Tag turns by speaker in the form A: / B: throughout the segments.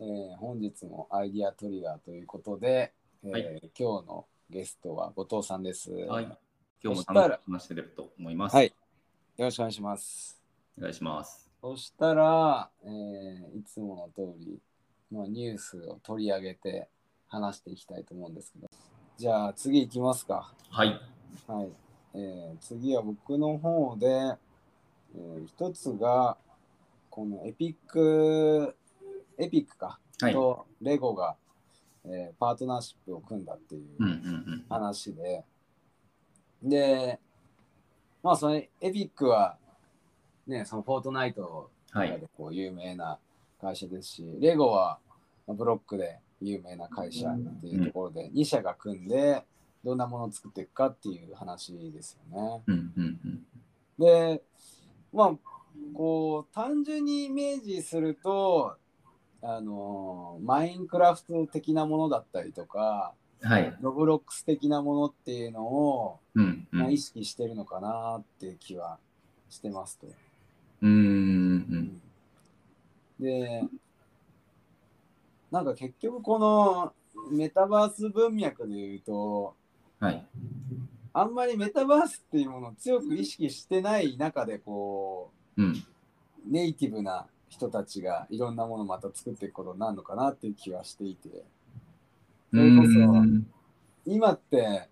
A: えー本日もアイディアトリガーということで、えー
B: はい
A: 今日のゲストは後藤さんです。
B: はい
A: よ。
B: 今日も楽しく話してれると思います。
A: はいろしくお願いします。
B: お願いします。
A: そしたら、えーいつもの通り、まあ、ニュースを取り上げて話していきたいと思うんですけど。じゃあ次行きますか。
B: はい。
A: はい。えー次は僕の方で、えー一つが、このエピック、エピックか、
B: はい。う
A: とレゴが、えーパートナーシップを組んだっていうん
B: うんうん。
A: 話で、で、まあそのエピックは、ね、そのフォートナイトとか
B: はい。
A: でこう有名な会社ですし、レゴはまあブロックで有名な会社っていうところで、2社が組んで、どんなものを作っていくかっていう話ですよね。
B: うんうんうん。
A: で、まあ、こう、単純にイメージすると、あのマインクラフト的なものだったりとか、
B: はい。
A: ロブロックス的なものっていうのを、
B: うんうん。
A: まあ、
B: う
A: 意識してるのかなっていう気はしてますと。
B: ーん
A: で、なんか結局このメタバース文脈で言うと、
B: はい。
A: あんまりメタバースっていうものを強く意識してない中で、こ
B: うん。
A: う、ネイティブな人たちがいろんなものをまた作っていくことになるのかなっていう気はしていて、それこそ
B: うん
A: 今って、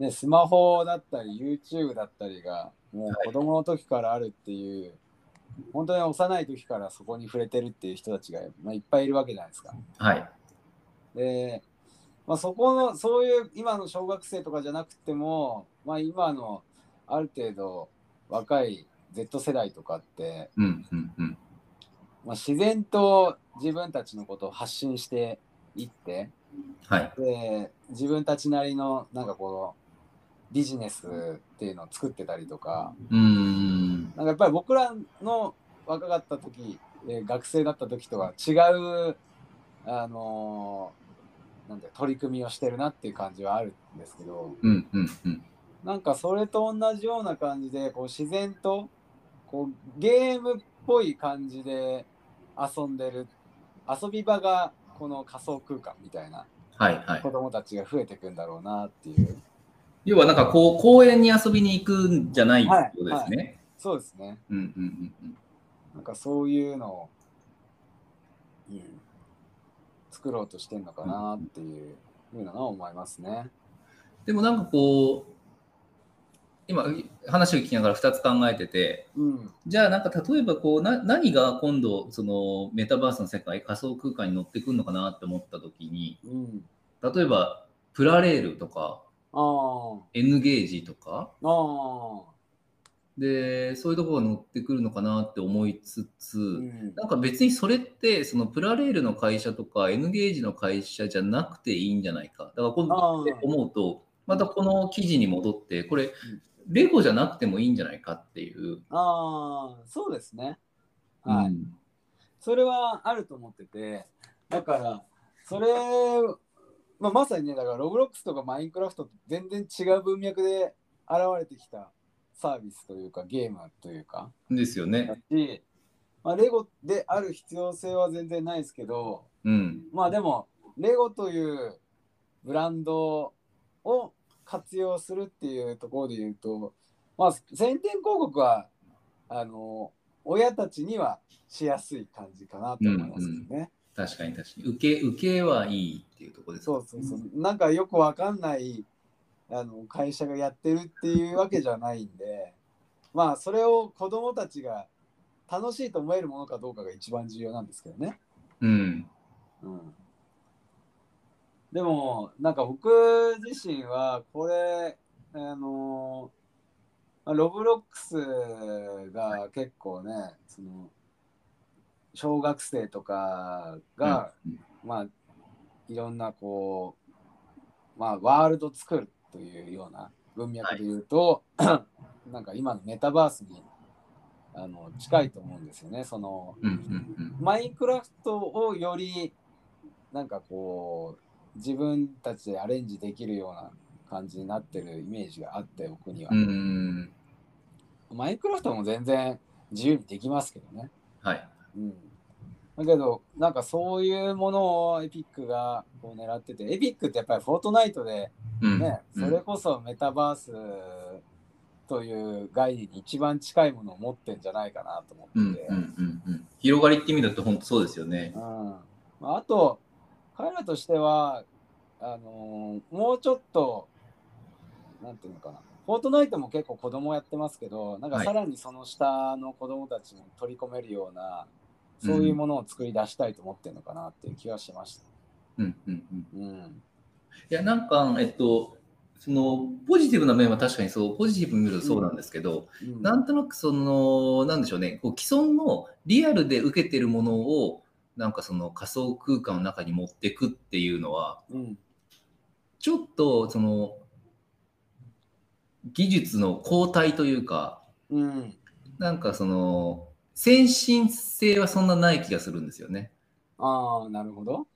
A: ね、スマホだったり YouTube だったりがもう子供の時からあるっていう、本当に幼い時からそこに触れてるっていう人たちが、まあ、いっぱいいるわけじゃないですか。
B: はい。
A: で、まあ、そこのそういう今の小学生とかじゃなくても、まあ、今のある程度若い Z 世代とかって、
B: うんうんうん。
A: まあ、自然と自分たちのことを発信していって
B: はい。
A: で自分たちなりのなんかこのビジネスっていうのを作ってたりとか
B: うーん。
A: なんかやっぱり僕らの若かった時、えー学生だった時とは違うあのーなんだよ取り組みをしてるなっていう感じはあるんですけど
B: うんうんうん。
A: なんかそれと同じような感じでこう自然とこうゲームっぽい感じで遊んでる遊び場がこの仮想空間みたいな
B: はいはい
A: 子。供たちが増えていくんだろうなっていう。
B: 要はなんかこう公園に遊びに行くんじゃないってことですね。
A: そうですね。
B: うんうんうんうん。
A: なんかそういうのを、うん、作ろうとしてんのかなっていうふうなのは思いますね。
B: でもなんかこう、今話を聞きながら2つ考えてて、
A: うん。
B: じゃあ、なんか例えばこうな、何が今度、そのメタバースの世界、仮想空間に乗ってくるのかなって思ったときに、
A: うん。
B: 例えば、プラレールとか、
A: ああ。
B: N ゲージとか、
A: ああ。
B: で、そういうところが乗ってくるのかなって思いつつ、
A: うん。
B: なんか別にそれって、そのプラレールの会社とか、N ゲージの会社じゃなくていいんじゃないか。だから、こ
A: あー
B: う思うと、またこの記事に戻って、これ、レゴじゃなくてもいいんじゃないかっていう。
A: ああ、そうですね。はい。
B: うん
A: それはあると思ってて、だから、それ、まあ、まさにね、だから、ロブロックスとかマインクラフトと全然違う文脈で現れてきたサービスというか、ゲームというか、
B: ですよ
A: だ
B: ね。
A: し、まあ、レゴである必要性は全然ないですけど、
B: うん。
A: まあでも、レゴというブランドを活用するっていうところで言うと、まあ、宣伝広告は、あの、親たちにはしやすい感じかなと思いますけどね。
B: 確かに確かに受け受けはいいっていうところですね
A: そうそうそう。なんかよくわかんないあの会社がやってるっていうわけじゃないんで、まあそれを子供たちが楽しいと思えるものかどうかが一番重要なんですけどね。
B: うん
A: うん。でも、なんか僕自身はこれ、あのまあロブロックスが結構ね、その、小学生とかが、
B: うん
A: まあ、いろんなこう、まあ、ワールド作るというような文脈で言うと、 なんか今のメタバースにあの近いと思うんですよね。その
B: うんうん
A: マインクラフトをよりなんかこう自分たちでアレンジできるような感じになってるイメージがあって僕には
B: う。んうん
A: マインクラフトも全然自由にできますけどね。
B: はい
A: うんまあだけど、なんかそういうものをエピックがこう狙ってて、エピックってやっぱりフォートナイトで、
B: うん
A: ね、それこそメタバースという概念に一番近いものを持ってんじゃないかなと思
B: うんう
A: っ
B: ん
A: てて、
B: うんうん、広がりって意味だと本当そうですよね
A: う。んまああと彼らとしてはあのーもうちょっとなんていうのかなフォートナイトも結構子供やってますけどなんか
B: はい
A: さらにその下の子供たちも取り込めるような、そういうものを作り出したいと思ってるのかなっていう気がしました。
B: うんうんうん、
A: うん、
B: いやなんか、えっと、そのポジティブな面は確かにそうポジティブに見るとそうなんですけど、
A: うん
B: なんとなくその、なんでしょうね、こう既存のリアルで受けてるものを、なんかその仮想空間の中に持ってくっていうのは、
A: うん
B: ちょっとその、技術の後退というか、
A: うん、
B: なんかその、先進性はそんなない気がするんですよね。
A: ああなるほど。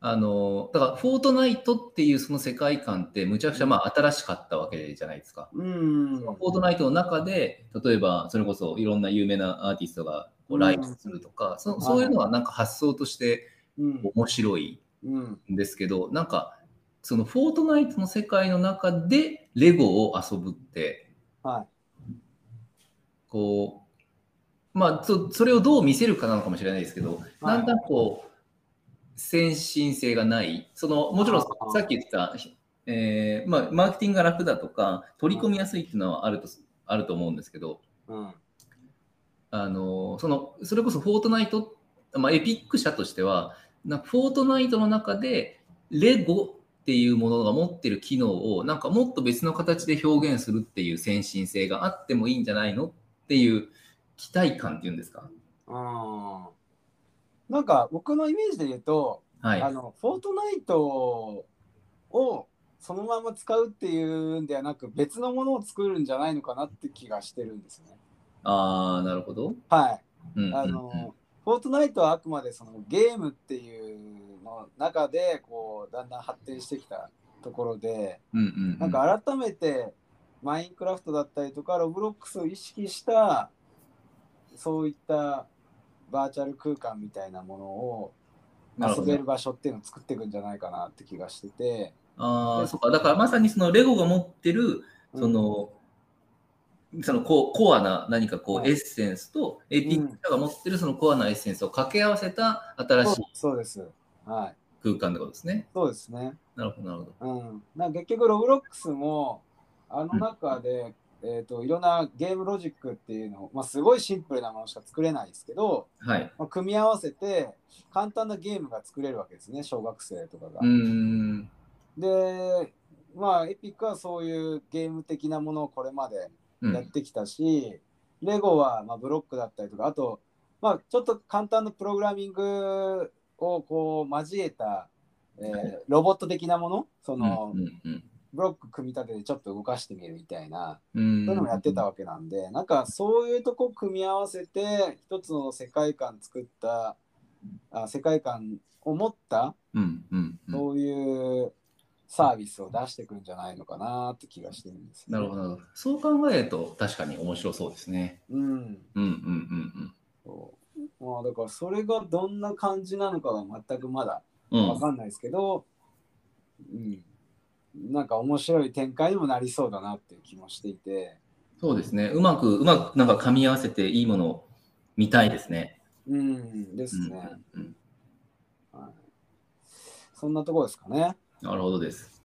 B: あの、だから、フォートナイトっていうその世界観って、むちゃくちゃまあ新しかったわけじゃないですか。
A: うん、
B: フォートナイトの中で、例えばそれこそいろんな有名なアーティストがこう
A: うん
B: ライブするとか、そ
A: い
B: そういうのはなんか発想として
A: うん
B: 面白い
A: うん、
B: んですけど、なんかそのフォートナイトの世界の中でレゴを遊ぶって、
A: はい。
B: こう、まあそそれをどう見せるかなのかもしれないですけど、
A: はい
B: だんだんこう、先進性がない、そのもちろん
A: あー
B: さっき言った、えーまあ、マーケティングが楽だとか、取り込みやすいっていうのはあるとあると思うんですけど、
A: うん
B: あのそのそれこそフォートナイト、まあ、エピック社としてはなんかフォートナイトの中でレゴっていうものが持ってる機能をなんかもっと別の形で表現するっていう先進性があってもいいんじゃないのっていう期待感っていうんですか。
A: うんなんか僕のイメージで言うと、
B: はい、
A: あのフォートナイトをそのまま使うっていうんではなく別のものを作るんじゃないのかなって気がしてるんですね。
B: あーなるほど。
A: はい。
B: うんうんうん
A: あのフォートナイトはあくまでそのゲームっていうの中でこうだんだん発展してきたところで
B: うんうん
A: なんか改めてマインクラフトだったりとかロブロックスを意識したそういったバーチャル空間みたいなものを
B: なる
A: 遊
B: ほど
A: べる場所っていうのを作っていくんじゃないかなって気がしてて、
B: あーそうかだからまさにそのレゴが持ってる
A: うん
B: その、そのココアな何かこ
A: は
B: う
A: い
B: エッセンスと、エピックが持ってるそのコアなエッセンスを掛け合わせた新
A: そう
B: しい
A: そうですはい
B: 空間ってことですね。
A: そうですね
B: なるほど、なるほど。
A: うんなんか結局ロブロックスもあの中で、えー、といろんなゲームロジックっていうのを、まあ、すごいシンプルなものしか作れないですけど、
B: はい。
A: まあ、組み合わせて簡単なゲームが作れるわけですね小学生とかが
B: うー。ん。
A: でまあエピックはそういうゲーム的なものをこれまで
B: う
A: やっ
B: ん。
A: てきたし、レゴはまあブロックだったりとかあと、まあ、ちょっと簡単なプログラミングをこう交えた、えー
B: はい
A: ロボット的なものそうの、
B: んうん
A: ブロック組み立ててちょっと動かしてみるみたいな
B: うん。
A: そういうのもやってたわけなんで、なんかそういうとこ組み合わせて一つの世界観作ったあ世界観を持った
B: うんうんうん。
A: そういうサービスを出してくるんじゃないのかなって気がしてるんです、
B: なるほど、なるほど。そう考えると確かに面白そうですね。
A: うん
B: うんうんうん
A: そうまあだからそれがどんな感じなのかは全くまだ
B: うん。うん
A: わかんないですけど、うん、なんか面白い展開にもなりそうだなっていう気もしていて、
B: そうですね。うまく、うまくなんか噛み合わせていいものを見たいですね。
A: うんですね。
B: うんうんうん
A: はい、そんなところですかね。
B: なるほどです。